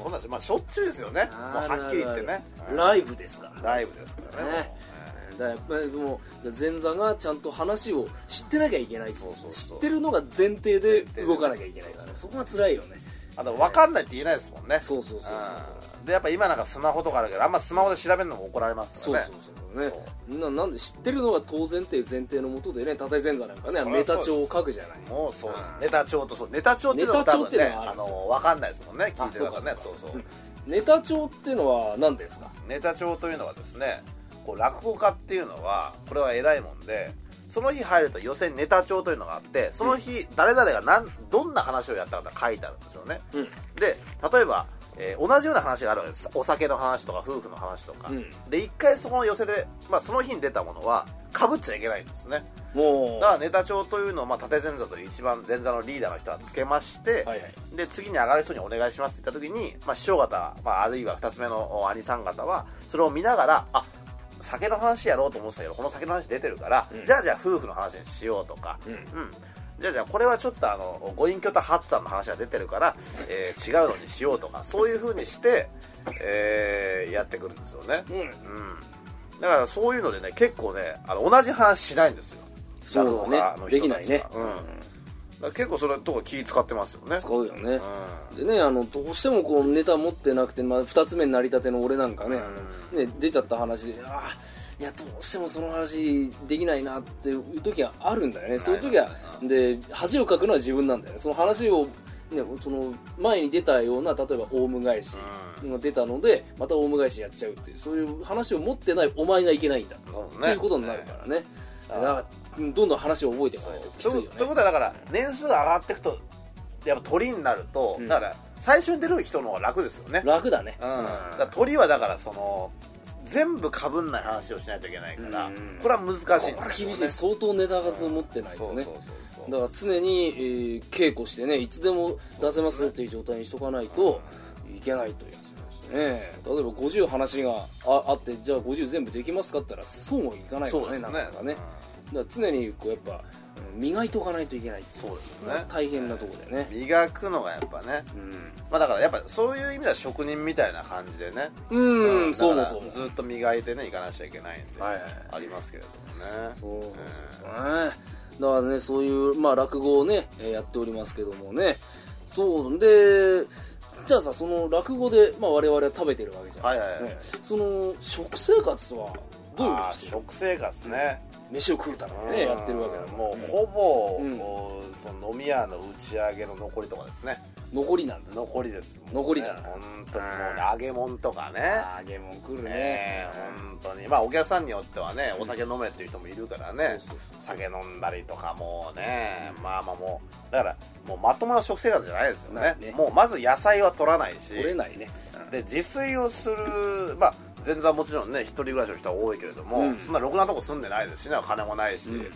Speaker 2: そんなんしまあしょっちゅうですよねもうはっきり言ってね
Speaker 1: あるある
Speaker 2: うん
Speaker 1: ライブですから
Speaker 2: ライブですからね
Speaker 1: ねだからやっぱりでも前座がちゃんと話を知ってなきゃいけない
Speaker 2: そうそう
Speaker 1: 知
Speaker 2: そう
Speaker 1: ってるのが前提で
Speaker 2: 提で
Speaker 1: 動かなきゃいけないからねそこが辛いよね
Speaker 2: あと分かんないって言えないですもんね
Speaker 1: そうそうそうそう
Speaker 2: うんでやっぱ今なんかスマホとかあるけどあんまスマホで調べるのも怒られます
Speaker 1: そ
Speaker 2: か
Speaker 1: う
Speaker 2: らね
Speaker 1: そうそうねななんで知ってるのが当然っていう前提のもとでね立井前座なんかね
Speaker 2: そりゃそう
Speaker 1: メ
Speaker 2: です
Speaker 1: タ帳を書くじゃない
Speaker 2: もうそうですネタ帳とそうネタ帳っていうのも
Speaker 1: ネタ
Speaker 2: 多
Speaker 1: 帳っ
Speaker 2: 分
Speaker 1: ていう
Speaker 2: ね
Speaker 1: のはあ
Speaker 2: あ
Speaker 1: るんですよ
Speaker 2: の分かんないですもんね聞いてる
Speaker 1: あ
Speaker 2: 方
Speaker 1: そう
Speaker 2: ね
Speaker 1: か
Speaker 2: そうそう
Speaker 1: ネタ帳っていうのは何ですか
Speaker 2: ネタ帳というのはですねこう落語家っていうのはこれは偉いもんでその日入ると予選ネタ帳というのがあってその日誰々がなんどんな話をやったか書いてあるんですよね
Speaker 1: うん
Speaker 2: で例えば、えー同じような話があるわけですお酒の話とか夫婦の話とか、
Speaker 1: うん
Speaker 2: で一回そこの寄せで、まあ、その日に出たものはかぶっちゃいけないんですね
Speaker 1: もう
Speaker 2: だからネタ帳というのを、まあ、縦前座という一番前座のリーダーの人がつけまして、
Speaker 1: はいはい
Speaker 2: で次に上がる人にお願いしますって言った時に、まあ、師匠方、まあ、あるいは2つ目のお兄さん方はそれを見ながらあ酒の話やろうと思ってたけどこの酒の話出てるから、
Speaker 1: うん
Speaker 2: じゃあじゃあ夫婦の話にしようとか、
Speaker 1: うん
Speaker 2: うんじゃあじゃあこれはちょっとあのご隠居とハッツァンの話が出てるから、えー違うのにしようとかそういうふうにして、えーやってくるんですよね、
Speaker 1: うん
Speaker 2: うん、だからそういうのでね結構ねあの同じ話しないんですよ
Speaker 1: そうだね
Speaker 2: 落語家の人たち
Speaker 1: で
Speaker 2: が
Speaker 1: きないね
Speaker 2: うん、だから結構それとこ気使ってますよね
Speaker 1: 使うよね、
Speaker 2: う
Speaker 1: でねあのどうしてもこうネタ持ってなくて、まあ、2つ目になりたての俺なんかね,、ね出ちゃった話であーいやどうしてもその話できないなっていう時はあるんだよねそういう時はで恥をかくのは自分なんだよねその話を、ね、その前に出たような例えばオウム返しが出たのでまたオウム返しやっちゃうっていうそういう話を持ってないお前がいけないんだ
Speaker 2: んそう
Speaker 1: と、
Speaker 2: ね
Speaker 1: いうことになるからねだ
Speaker 2: あ
Speaker 1: か
Speaker 2: ー
Speaker 1: らうんどんどん話を覚えてもらえるきつい
Speaker 2: と
Speaker 1: よ
Speaker 2: い
Speaker 1: ね
Speaker 2: うことはだから年数が上がっていくとやっぱ鳥になると、
Speaker 1: うん
Speaker 2: だから最初に出る人の方が楽ですよね、うん、だ
Speaker 1: 楽だね
Speaker 2: から鳥はだからその全部かぶんない話をしないといけないから、
Speaker 1: うん
Speaker 2: これは難しいんですよね
Speaker 1: これ厳しい相当ネタ数を持ってないとね
Speaker 2: そうそうそうそう
Speaker 1: だから常に、えー稽古してねいつでも出せますよっていう状態にしとかないといけないという、ねえ、例えば50話がああってじゃあ50全部できますかって言ったらそうもいかないか
Speaker 2: そ
Speaker 1: ら
Speaker 2: う
Speaker 1: ね
Speaker 2: ですね
Speaker 1: なかなかね
Speaker 2: うん
Speaker 1: だから常にこうやっぱうん磨いておかないといけないってい
Speaker 2: そうです
Speaker 1: うの
Speaker 2: よ
Speaker 1: が
Speaker 2: ね
Speaker 1: 大変なところだよね、
Speaker 2: 磨くのがやっぱね、まあ、だからやっぱそういう意味では職人みたいな感じでね
Speaker 1: うん、うん、そうも
Speaker 2: だか
Speaker 1: そう
Speaker 2: ら
Speaker 1: も
Speaker 2: ずっと磨いてねいかなくちゃいけないんで、
Speaker 1: はいはい
Speaker 2: ありますけれどもね
Speaker 1: そうそう
Speaker 2: え
Speaker 1: そうねだからねそういう、まあ、落語をねえーやっておりますけどもねそうでじゃあさその落語で、まあ、我々は食べてるわけじゃん、
Speaker 2: はいはいはい
Speaker 1: ねその食生活はどういう
Speaker 2: あ
Speaker 1: ん
Speaker 2: あ
Speaker 1: ですか
Speaker 2: 食生活ね、
Speaker 1: 飯を食うためにねやってるわけだもん
Speaker 2: もうほぼ、
Speaker 1: うん
Speaker 2: こうその飲みニアの打ち上げの残りとかですね
Speaker 1: 残りなんだ
Speaker 2: 残りです
Speaker 1: 残りだ
Speaker 2: ね本当にもうね揚げ物とかね
Speaker 1: あげもん来るね
Speaker 2: ね本当にまあお客さんによってはねお酒飲めっていう人もいるからね
Speaker 1: そうそう
Speaker 2: 酒飲んだりとかもうねまあまあもうだからもうまともな食生活じゃないですよ
Speaker 1: ない
Speaker 2: ね
Speaker 1: ね
Speaker 2: もうまず野菜は取らないし
Speaker 1: 取れないね
Speaker 2: で自炊をするまあ前座はもちろんね一人暮らしの人は多いけれども、
Speaker 1: うん
Speaker 2: そんなろくなとこ住んでないですしね金もないし、
Speaker 1: うん
Speaker 2: ね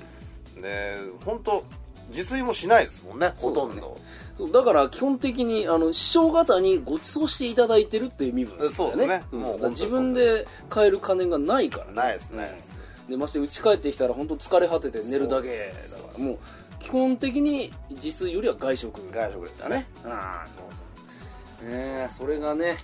Speaker 2: 本当自炊もしないですもんね
Speaker 1: そ
Speaker 2: ほ
Speaker 1: うだ
Speaker 2: と
Speaker 1: ね
Speaker 2: んど
Speaker 1: そうだから基本的にあの師匠方にご馳走していただいてるっていう身分だよ
Speaker 2: そうですね
Speaker 1: んだから
Speaker 2: もう本当
Speaker 1: 自
Speaker 2: にそう
Speaker 1: 分で買える金がないからね
Speaker 2: ないです
Speaker 1: うん
Speaker 2: ないです、
Speaker 1: でましてうち帰ってきたら本当疲れ果てて寝るだけだ
Speaker 2: そうそう
Speaker 1: か
Speaker 2: そう
Speaker 1: ら
Speaker 2: そう
Speaker 1: もう基本的に自炊よりは外食
Speaker 2: 外食です
Speaker 1: だ
Speaker 2: ね
Speaker 1: ねああそうそうねえそれがね、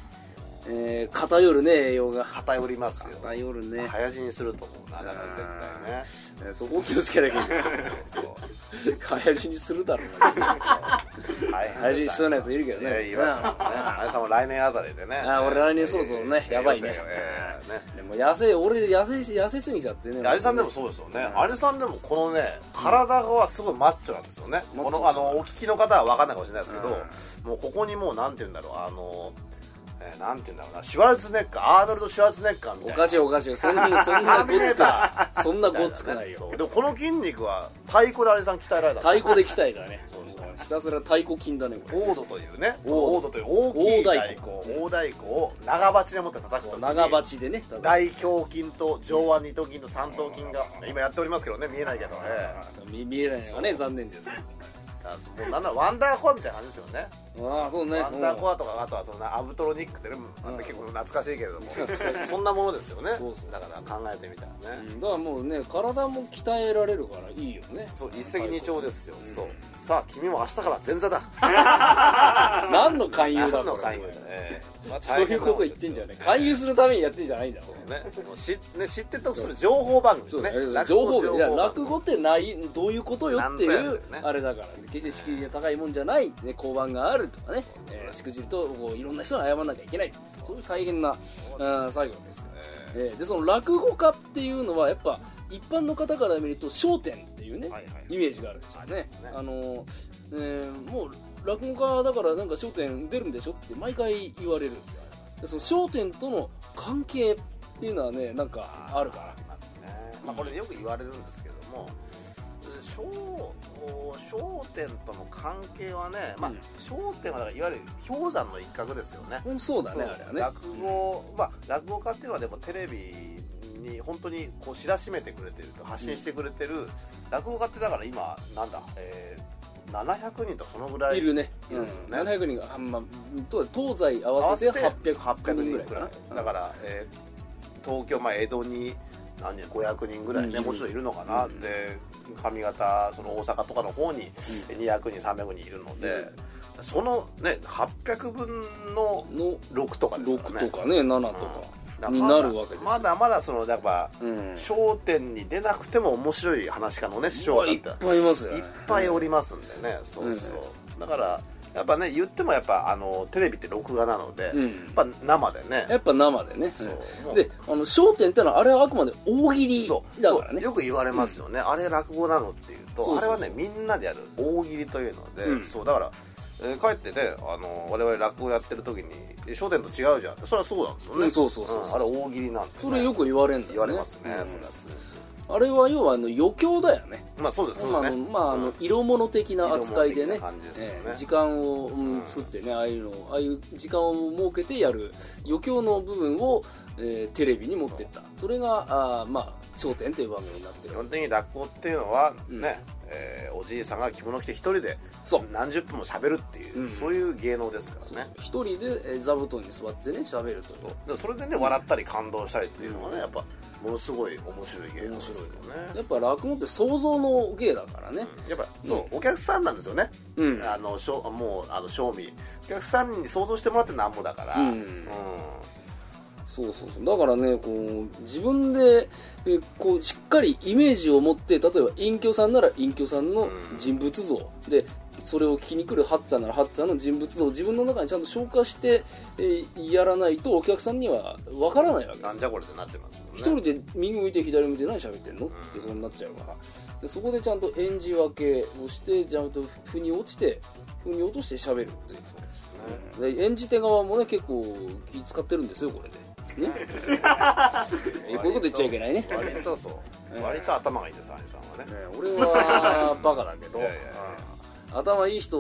Speaker 1: えー偏るね栄養が
Speaker 2: 偏りますよ
Speaker 1: 偏るね、
Speaker 2: 早死にすると思うなだから絶対ね
Speaker 1: えーそこを気をつけなきゃいけない
Speaker 2: そうそう
Speaker 1: 早死にするだろうな早死にしそ
Speaker 2: 大
Speaker 1: うなやついるけどね
Speaker 2: いやいますもんねあやさんも来年あたりでね
Speaker 1: あ俺来年そろそろね
Speaker 2: えー
Speaker 1: やばいね
Speaker 2: えーね
Speaker 1: でも痩せ俺痩せ痩せすぎちゃってね
Speaker 2: で有さんでもそうですよね、有さんでもこのね体はすごいマッチョなんですよね、
Speaker 1: マッチョ
Speaker 2: このあのお聞きの方は分かんないかもしれないですけど、もうここにもうなんて言うんだろうあの、えー、なんて言うんだろうなシュワルツェネッカーアーノルド・シュワルツェネッカーみたい
Speaker 1: お
Speaker 2: な
Speaker 1: かしいおかしいそんなそんなごっつかないそんな
Speaker 2: みた
Speaker 1: ご
Speaker 2: い
Speaker 1: っつかないよ
Speaker 2: そうでもこの筋肉は太鼓で有さん鍛えられた
Speaker 1: 太鼓で鍛えたね
Speaker 2: そうそう
Speaker 1: もうひたすら太鼓筋だねこれ
Speaker 2: オードというね
Speaker 1: オ
Speaker 2: オ
Speaker 1: ー
Speaker 2: ードという大きい
Speaker 1: 大
Speaker 2: 太
Speaker 1: 太
Speaker 2: 鼓大太鼓を長鉢で持って叩くと
Speaker 1: 長鉢でねただ
Speaker 2: 大胸筋と上腕二頭筋と三頭筋が今やっておりますけどね見えないけどね、
Speaker 1: 見見えないのがね残念です
Speaker 2: あそうもうなんならワンダーコアみたいな感じですよね
Speaker 1: ああそうね
Speaker 2: ワンダーコ
Speaker 1: ア
Speaker 2: アとかあとはそのなアブトロニックってねあん
Speaker 1: うん
Speaker 2: な結構懐かしいけれどもそんなものですよね
Speaker 1: そうそう
Speaker 2: だから考えてみたらね、
Speaker 1: だからもうね体も鍛えられるからいいよね
Speaker 2: そう一石二鳥ですよ、そうさあ君も明日から前座だ
Speaker 1: 何の勧誘だ
Speaker 2: 何
Speaker 1: これ
Speaker 2: の勧誘だね、まあ
Speaker 1: そういうこと言ってんじゃない勧誘するためにやってんじゃないんだろ
Speaker 2: ねもうしね知って得する情報番組で
Speaker 1: そ
Speaker 2: す
Speaker 1: うね
Speaker 2: ね、
Speaker 1: 情報
Speaker 2: 落
Speaker 1: い
Speaker 2: 語
Speaker 1: や落語ってないどういうことよってい
Speaker 2: なんぞ
Speaker 1: う
Speaker 2: やねんね
Speaker 1: あれだから決して敷居が高いもんじゃない、ね、交番があるとかね、えーしくじるとこういろんな人に謝らなきゃいけないそういう大変なうん作業です、
Speaker 2: え
Speaker 1: えーでその落語家っていうのはやっぱ一般の方から見ると『笑点』っていうね、
Speaker 2: はいはい
Speaker 1: イメージがあるんですよね
Speaker 2: すね
Speaker 1: あの、えーもう落語家だからなんか『笑点』出るんでしょって毎回言われるでその『笑点』との関係っていうのはねなんかあるかな
Speaker 2: ありますね、まあ、これよく言われるんですけども商商店との関係はね、まあ
Speaker 1: うん、
Speaker 2: 商店はだからいわゆる氷山の一角ですよね,、
Speaker 1: うんそうだねあれはね
Speaker 2: 落語、まあ、落語家っていうのはでもテレビに本当にこう知らしめてくれてると発信してくれてる、落語家ってだから今なんだ、えー700人とかそのぐらい
Speaker 1: いるね
Speaker 2: いるんですよね
Speaker 1: うん、700人が、あんまあ、と東西合わせて800
Speaker 2: 800
Speaker 1: 人
Speaker 2: 人
Speaker 1: ぐ
Speaker 2: ぐ
Speaker 1: ら
Speaker 2: ら
Speaker 1: い
Speaker 2: い
Speaker 1: かな
Speaker 2: だから、えー東京、まあ、江戸に何人500人ぐらいね、
Speaker 1: うん
Speaker 2: もちろんいるのかな、
Speaker 1: うん
Speaker 2: で上方その大阪とかの方に200人300人いるので、そのね800分の
Speaker 1: の
Speaker 2: 6とかですからね
Speaker 1: 6とかね7とか、になるわけですよ
Speaker 2: まだまだそのやっぱ
Speaker 1: うん
Speaker 2: 『笑点』に出なくても面白い話家のね師
Speaker 1: う
Speaker 2: 匠
Speaker 1: わ
Speaker 2: だ
Speaker 1: い
Speaker 2: っ
Speaker 1: った
Speaker 2: ら
Speaker 1: ぱいいますよ、ね、
Speaker 2: いっぱいおりますんでね、そうそう、だからやっぱね言ってもやっぱあのテレビって録画なので、
Speaker 1: うん
Speaker 2: やっぱ生でね
Speaker 1: やっぱ生でね
Speaker 2: そう
Speaker 1: うんであの『笑点』ってのはあれはあくまで大喜利
Speaker 2: そう
Speaker 1: だから
Speaker 2: そう
Speaker 1: ね
Speaker 2: よく言われますよね、あれ落語なのっていうと
Speaker 1: そうそうそう
Speaker 2: あれはねみんなでやる大喜利というので、
Speaker 1: うん
Speaker 2: そうだから、えー、帰ってねあの我々落語やってる時に『笑点』と違うじゃんそれはそうなんですよね、
Speaker 1: うんそうそうそうそうん
Speaker 2: あれ大喜利なんで、ね、
Speaker 1: それよく言われるんだよね
Speaker 2: 言われますね、
Speaker 1: うん
Speaker 2: それはそう
Speaker 1: あれは要はあの余興だよね
Speaker 2: まあそうです
Speaker 1: ま
Speaker 2: よ
Speaker 1: ああの
Speaker 2: ね
Speaker 1: まああ
Speaker 2: う
Speaker 1: の
Speaker 2: ん
Speaker 1: 色物的な扱いでね
Speaker 2: 色物的な感じですよね
Speaker 1: えー時間を、うん
Speaker 2: うん
Speaker 1: 作ってねああいうのをああいう時間を設けてやる余興の部分を、えーテレビに持ってったそれがあーまあ『笑点』という番組になって
Speaker 2: 基
Speaker 1: る
Speaker 2: 本的に落語っていうのは
Speaker 1: うん
Speaker 2: ね、えーおじいさんが着物着て一人で
Speaker 1: そう
Speaker 2: 何十分も喋るっていう、
Speaker 1: うん
Speaker 2: そういう芸能ですからね
Speaker 1: 一人でえー座布団に座ってね喋るという
Speaker 2: でそれでね笑ったり感動したりっていうのはねやっぱものすごい面白い芸能ですよ
Speaker 1: や
Speaker 2: ね
Speaker 1: っぱ落語って想像の芸だからね
Speaker 2: うんやっぱそう、お客さんなんですよね、
Speaker 1: うん
Speaker 2: あのしょもうあの賞味お客さんに想像してもらってなんぼだから、
Speaker 1: うんそうそうそうだからねこう自分でえーこうしっかりイメージを持って例えば隠居さんなら隠居さんの
Speaker 2: うん
Speaker 1: 人物像、でそれを聞きに来るハッツァーならハッツァーの人物像を自分の中にちゃんと消化して、えーやらないとお客さんにはわからないわけで
Speaker 2: な
Speaker 1: す
Speaker 2: んじゃこれってなっちゃいますも
Speaker 1: 一
Speaker 2: んね
Speaker 1: 人で右向いて左向いて何喋ってんのってことになっちゃうから、でそこでちゃんと演じ分けをしてちゃんと腑に落ちて腑に落として喋るっていうで演じ手側もね結構気使ってるんですよこれでね えこういうこと言っちゃいけないね
Speaker 2: 割とそう割と頭がいいです兄さんはね
Speaker 1: ね俺はバカだけど
Speaker 2: いやいやいや
Speaker 1: 頭いい人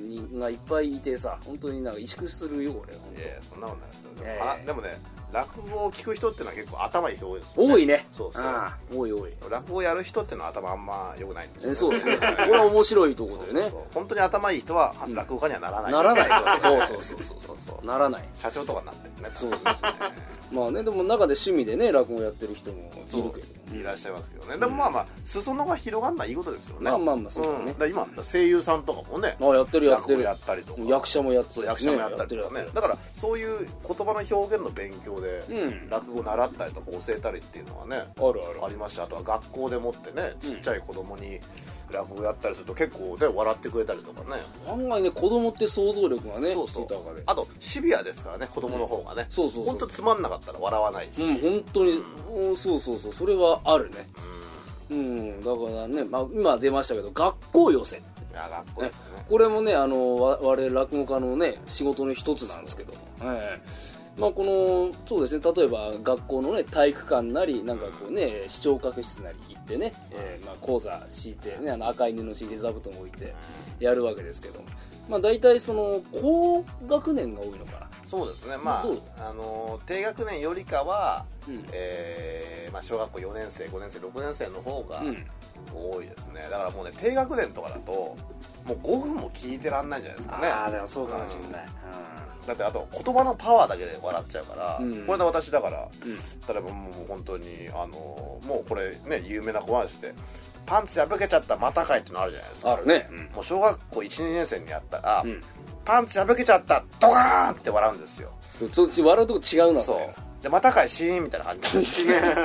Speaker 1: にがいっぱいいてさ本当になんか萎縮するよ俺本
Speaker 2: いやいやそんなことないですよで
Speaker 1: え
Speaker 2: も,
Speaker 1: え
Speaker 2: は、でもね落語を聞く人っていうのは結構頭いい人多いです
Speaker 1: 当
Speaker 2: よ、ね、
Speaker 1: 多いね
Speaker 2: そうそう
Speaker 1: うん多い多い
Speaker 2: 落語やる人っていうのは頭あんま良くないんですよ
Speaker 1: えそうですねこれは面白いとこ
Speaker 2: そう
Speaker 1: だ
Speaker 2: そう
Speaker 1: よね
Speaker 2: そう本当に頭いい人は
Speaker 1: ん
Speaker 2: 落語家にはならない、
Speaker 1: ならないそうそうそうそうそうそうならない
Speaker 2: 社長とかになってるね
Speaker 1: そう そうそうまあねでも中で趣味でね落語やってる人もいるけど
Speaker 2: いらっしゃいますけどねでもまあまあ裾野が広がるのはいいことですよね
Speaker 1: まあまあまあそうだね
Speaker 2: んから今声優さんとかもね
Speaker 1: あやってるやって
Speaker 2: 落語
Speaker 1: る
Speaker 2: やったりとか
Speaker 1: 役者もやって
Speaker 2: そ
Speaker 1: る
Speaker 2: う役者もやったりと
Speaker 1: や
Speaker 2: かね
Speaker 1: ってるやってる
Speaker 2: だからそういう言葉の表現の勉強で、
Speaker 1: うん
Speaker 2: 落語習ったりとか教えたりっていうのはね
Speaker 1: あるある
Speaker 2: ありましたあとは学校でもってねちっちゃい子供に落語やったりすると結構ね笑ってくれたりとかね
Speaker 1: 案外ね子供って想像力がね
Speaker 2: そうそう
Speaker 1: 豊かで
Speaker 2: あとシビアですからね子供の方がね、
Speaker 1: そうそうそう
Speaker 2: ほんとつまんなかったら笑わないし、
Speaker 1: うん本当に、うん、そうそうそうそれはあるねうんだからね、まあ、今出ましたけど学校寄せ、ね、
Speaker 2: いや学校ですよね
Speaker 1: これもねあのわ我々落語家のね仕事の一つなんですけどもええまあこのそうですね例えば学校のね体育館なりなんかこうね視聴覚室なり行ってね、ええまあ、講座敷いて、ね、あの赤い布敷いて座布団置いてやるわけですけどもまあ大体その高学年が多いのかな
Speaker 2: そうですねま
Speaker 1: どう
Speaker 2: あ、あのー低学年よりかは、
Speaker 1: うん
Speaker 2: えーまあ、小学校4年生5年生6年生の方が
Speaker 1: うん
Speaker 2: 多いですね、だからもうね低学年とかだともう5分も聞いてらんないんじゃないですかね
Speaker 1: ーもそん
Speaker 2: い、
Speaker 1: い、
Speaker 2: うんだってあと言葉のパワーだけで笑っちゃうから、
Speaker 1: うん
Speaker 2: これで私だから、
Speaker 1: うん
Speaker 2: 例えばもう本当にあのーもうこれね有名なコマーシャルでパンツ破けちゃったまたかいってのあるじゃないですか
Speaker 1: あるね、うん
Speaker 2: もう小学校12年生にやったら、
Speaker 1: うん
Speaker 2: パンツ破けちゃったドカーンって笑うんですよ
Speaker 1: そそっち笑うとこ違うな
Speaker 2: そうでまたかいシーンみたいな感じだ か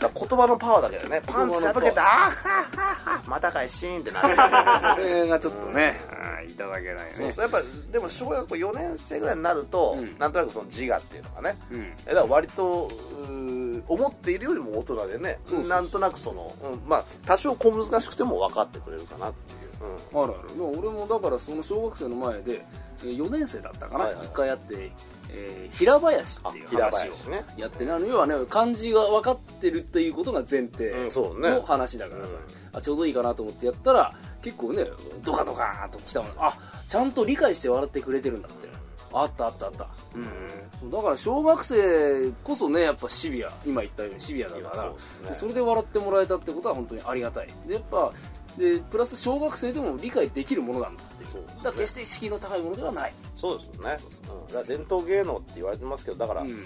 Speaker 2: ら言葉のパワーだけでねパンツ破けたあーはっはっはまたかいシーンってなっちゃう
Speaker 1: それがちょっとね、うん、いただけないね
Speaker 2: そうそうやっぱでも小学校4年生ぐらいになると、
Speaker 1: うん
Speaker 2: なんとなくその自我っていうのがね
Speaker 1: うん
Speaker 2: えだから割とうー思っているよりも大人でね
Speaker 1: そうそう
Speaker 2: なんとなくその、うんまあ多少小難しくても分かってくれるかなっていう、うん
Speaker 1: あるあるでも俺もだからその小学生の前でえー4年生だったかな、
Speaker 2: はいはいはい
Speaker 1: 一回やって、えー平林っていう
Speaker 2: あ平
Speaker 1: 話
Speaker 2: 林
Speaker 1: を
Speaker 2: ね
Speaker 1: やってねあの要はね漢字が分かってるっていうことが前提
Speaker 2: うんそうね
Speaker 1: の話だからさ、あちょうどいいかなと思ってやったら結構ねドカドカーンときたもんあちゃんと理解して笑ってくれてるんだってあったあったあった、うん、そうだから小学生こそねやっぱシビア今言ったようにシビアだから
Speaker 2: いや
Speaker 1: そ
Speaker 2: そうですね
Speaker 1: でそれで笑ってもらえたってことは本当にありがたいでやっぱでプラス小学生でも理解できるものなんだっていう
Speaker 2: そうですね
Speaker 1: だから決して敷居の高いものではない、
Speaker 2: そうですよね、うんだから伝統芸能って言われてますけどだから、
Speaker 1: うん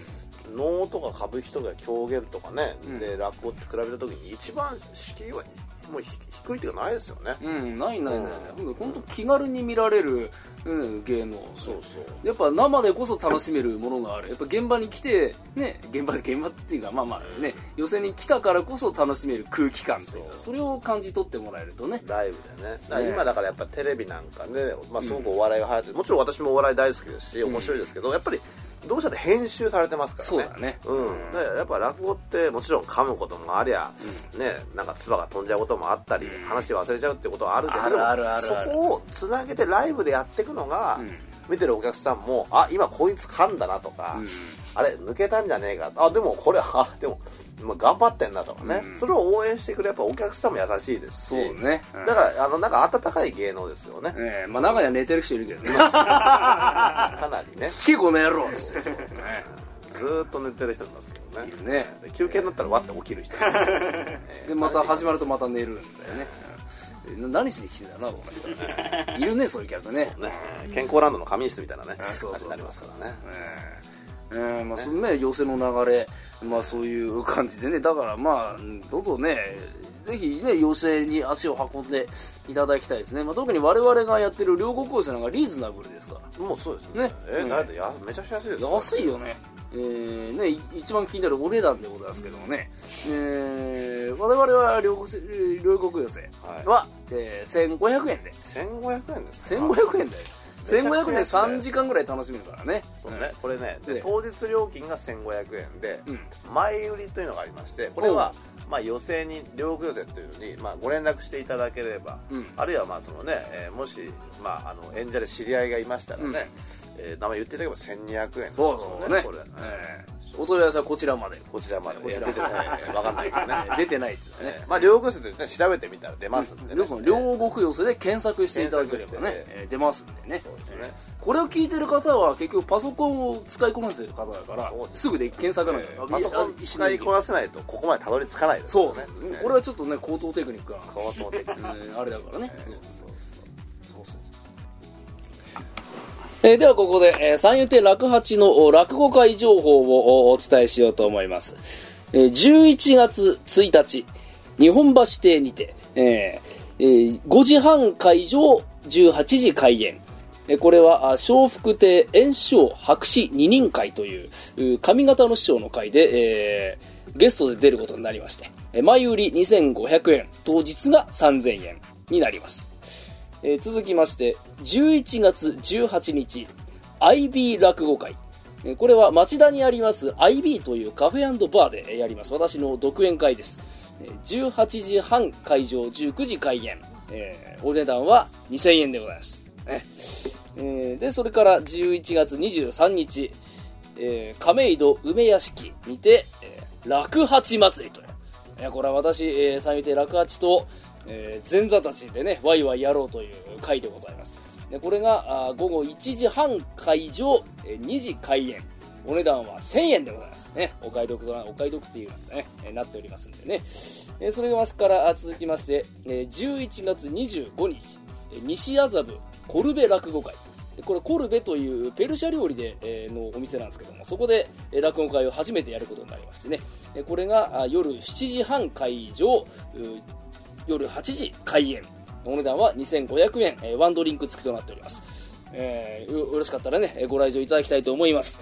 Speaker 2: 能とか歌舞伎とか狂言とかね、
Speaker 1: うん
Speaker 2: で落語って比べた時に一番敷居はもうひ低いっていうかないですよね、
Speaker 1: うん、ないないないない本当気軽に見られる、うん、芸能
Speaker 2: そうそう
Speaker 1: やっぱ生でこそ楽しめるものがあるやっぱ現場に来てね現場現場っていうかまあまあね予選に来たからこそ楽しめる空気感というか
Speaker 2: そう
Speaker 1: それを感じ取ってもらえるとね
Speaker 2: ライブでねだから
Speaker 1: ね
Speaker 2: 今だからやっぱテレビなんかで、まあ、すごくお笑いが流行ってるもちろん私もお笑い大好きですし面白いですけど、やっぱりどうしたって編集されてますからね
Speaker 1: そうだね
Speaker 2: うん、だからやっぱ落語ってもちろん噛むこともありゃ、ねなんか唾が飛んじゃうこともあったり、話忘れちゃうってことはあるけれども
Speaker 1: あるあるあるある
Speaker 2: そこをつなげてライブでやっていくのが、
Speaker 1: うん
Speaker 2: 見てるお客さんもあ今こいつ噛んだなとか、
Speaker 1: うん
Speaker 2: あれ抜けたんじゃねえかあでもこれあでもまあ頑張ってんなとかね、
Speaker 1: うん
Speaker 2: それを応援してくれるやっぱお客さんも優しいですし
Speaker 1: そうねうん
Speaker 2: だからあのなんか温かい芸能ですよね、
Speaker 1: ええまあ中には寝てる人いるけどね
Speaker 2: かなりね
Speaker 1: 聞けこの野郎ですね
Speaker 2: ずーっと寝てる人いますけどね
Speaker 1: いるね
Speaker 2: で休憩になったらわって起きる人
Speaker 1: でまた始まるとまた寝るんだよねえな何しに来てんだろうなこの人ねいるねそういう客ね
Speaker 2: ね、健康ランドの仮室みたいなね
Speaker 1: そうそうそう
Speaker 2: 感じになりますからね
Speaker 1: えーまあそのね、寄せの流れ、まあ、そういう感じでねだからまあうんどうぞねぜひね寄せに足を運んでいただきたいですね、まあ、特に我々がやってる両国寄せなんかリーズナブルですか
Speaker 2: もうそうですね
Speaker 1: ね
Speaker 2: え
Speaker 1: うん
Speaker 2: だってやめちゃくちゃ安いです
Speaker 1: ら安いよねえーねい一番気になるお値段でございますけどもね、えー我々は両国せ両国寄せは、えー1500円で
Speaker 2: 1500円ですから
Speaker 1: 1500円だよ
Speaker 2: めちゃく
Speaker 1: 1500
Speaker 2: ちゃ
Speaker 1: 円で
Speaker 2: 安いね
Speaker 1: 3時間ぐらい楽しめるからね
Speaker 2: そうね、これねで
Speaker 1: で
Speaker 2: 当日料金が1500円で、
Speaker 1: うん
Speaker 2: 前売りというのがありましてこれはまあ、予選に両国予選というのに、まあ、ご連絡していただければ、
Speaker 1: うん
Speaker 2: あるいはまあその、ねえーもし、まあ、あの演者で知り合いがいましたらね、
Speaker 1: うん
Speaker 2: えー名前言っていただければ1200円
Speaker 1: そうそうね
Speaker 2: これ、え
Speaker 1: お問い合わせはこちらまで
Speaker 2: ーこちらまで
Speaker 1: こ
Speaker 2: い
Speaker 1: ち
Speaker 2: や
Speaker 1: ら
Speaker 2: 出てない、分かんないけどね、
Speaker 1: 出てないですよね、
Speaker 2: えーまあ、両国予選で、ね、調べてみたら出ますんでね、
Speaker 1: 皆さん両国寄せで検索していただければね、
Speaker 2: 検索してね
Speaker 1: えー出ますんでね
Speaker 2: そうですね
Speaker 1: これを聞いてる方は結局パソコンを使いこなしてる方だから
Speaker 2: そうです
Speaker 1: すぐで検索なんだ
Speaker 2: えーパソコン使い
Speaker 1: な
Speaker 2: こなせないとここまでたどり着かないです
Speaker 1: そう
Speaker 2: ね
Speaker 1: そう、これはちょっとね高等テクニックが、
Speaker 2: 変わったもんで
Speaker 1: えーあれだからね、
Speaker 2: えーそうそう
Speaker 1: えーではここで、えー三遊亭楽八のお落語会情報をおお伝えしようと思います。えー11月1日、日本橋邸にて、えーえー5時半会場、18時開演。えーこれは、あ笑福亭炎章白紙二人会といううー、上方の師匠の会で、えーゲストで出ることになりまして、えー前売り2500円、当日が3000円になります。えー続きまして11月18日 IB 落語会えーこれは町田にあります IB というカフェバーでえーやります私の独演会ですえー18時半会場19時開演、えーお値段は2000円でございます、ねえーでそれから11月23日、えー亀戸梅屋敷にて、えー落八祭りというえーこれは私、えー、三遊亭楽八と、えー前座たちでね、ワイワイやろうという会でございます。でこれがあー午後1時半会場、えー2時開演。お値段は1000円でございます。ね、お買い得とな、お買い得っていうのがね、えーなっておりますんでね。えーそれからあ続きまして、えー11月25日、えー西麻布コルベ落語会。これコルベというペルシャ料理で、えーのお店なんですけどもそこでえー落語会を初めてやることになりましてねえーこれがあ夜7時半会場うー夜8時開演お値段は2500円、えーワンドリンク付きとなっております、えーよよろしかったらねえーご来場いただきたいと思います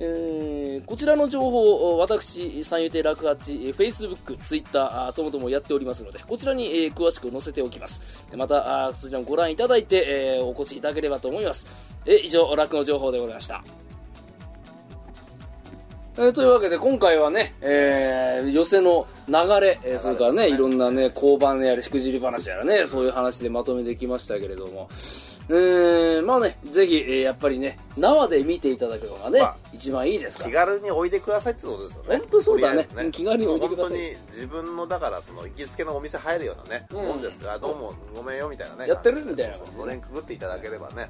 Speaker 1: えーこちらの情報を私三遊亭楽八えー Facebook、Twitter あーともともやっておりますのでこちらに、えー詳しく載せておきますでまたあーそちらもご覧いただいて、えーお越しいただければと思います、えー以上楽の情報でございましたえーというわけで今回はね、えー寄せの流れ、えーそれから
Speaker 2: 流れ
Speaker 1: ね
Speaker 2: ですね
Speaker 1: いろんなね交番やらしくじり話やらねそういう話でまとめてきましたけれどもえーまあねぜひ、えーやっぱりね生で見ていただくのがね、
Speaker 2: まあ
Speaker 1: 一番いいですか
Speaker 2: 気
Speaker 1: ら
Speaker 2: 軽においでくださいってことですよね
Speaker 1: 本当そうだね
Speaker 2: とりあえず
Speaker 1: うん気軽においでください
Speaker 2: 本当に自分のだからその行きつけのお店入るようなね、
Speaker 1: うん
Speaker 2: もんですがどうもごめんよみたいなね
Speaker 1: やってるみたいな
Speaker 2: そうそうそうのれんくぐっていただければね、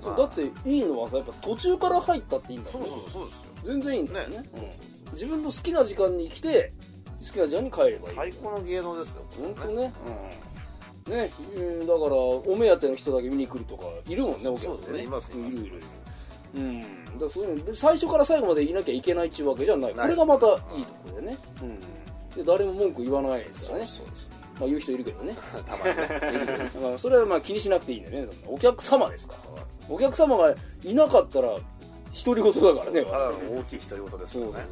Speaker 1: そう
Speaker 2: まあ
Speaker 1: だっていいのはさやっぱ途中から入ったっていいんだもんね
Speaker 2: うそうですよ
Speaker 1: 全然いいんだよね
Speaker 2: ね
Speaker 1: うん
Speaker 2: そうそう
Speaker 1: 自分の好きな時間に来て好きな時間に帰ればいい
Speaker 2: 最高の芸能ですよ
Speaker 1: 本当ねうんねえーだからお目当ての人だけ見に来るとかいるもんねお客さん
Speaker 2: そうですねいますいます
Speaker 1: るいるうんだからそういうので最初から最後までいなきゃいけないっていうわけじゃないこ
Speaker 2: ない
Speaker 1: れがまたいいところでねうんで誰も文句言わないですからね
Speaker 2: そうです
Speaker 1: まあ言う人いるけどね
Speaker 2: たまにね
Speaker 1: まあそれはまあ気にしなくていいんだよねお客様ですからお客様がいなかったら独り言だからね
Speaker 2: ただの大きい独り言ですよ
Speaker 1: そう
Speaker 2: ね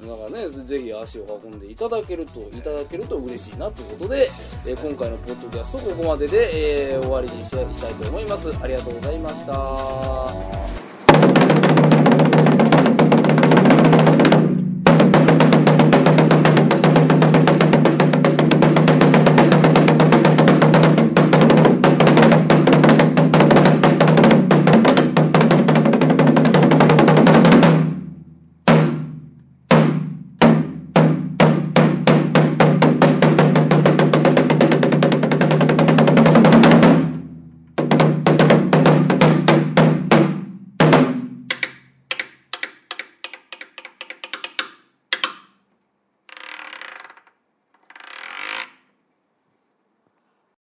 Speaker 1: そうだからねぜひ足を運んでいただけるといただけると嬉しいなということで
Speaker 2: しいです
Speaker 1: えー今回のポッドキャストここまでで、えー終わりにしたいと思いますありがとうございました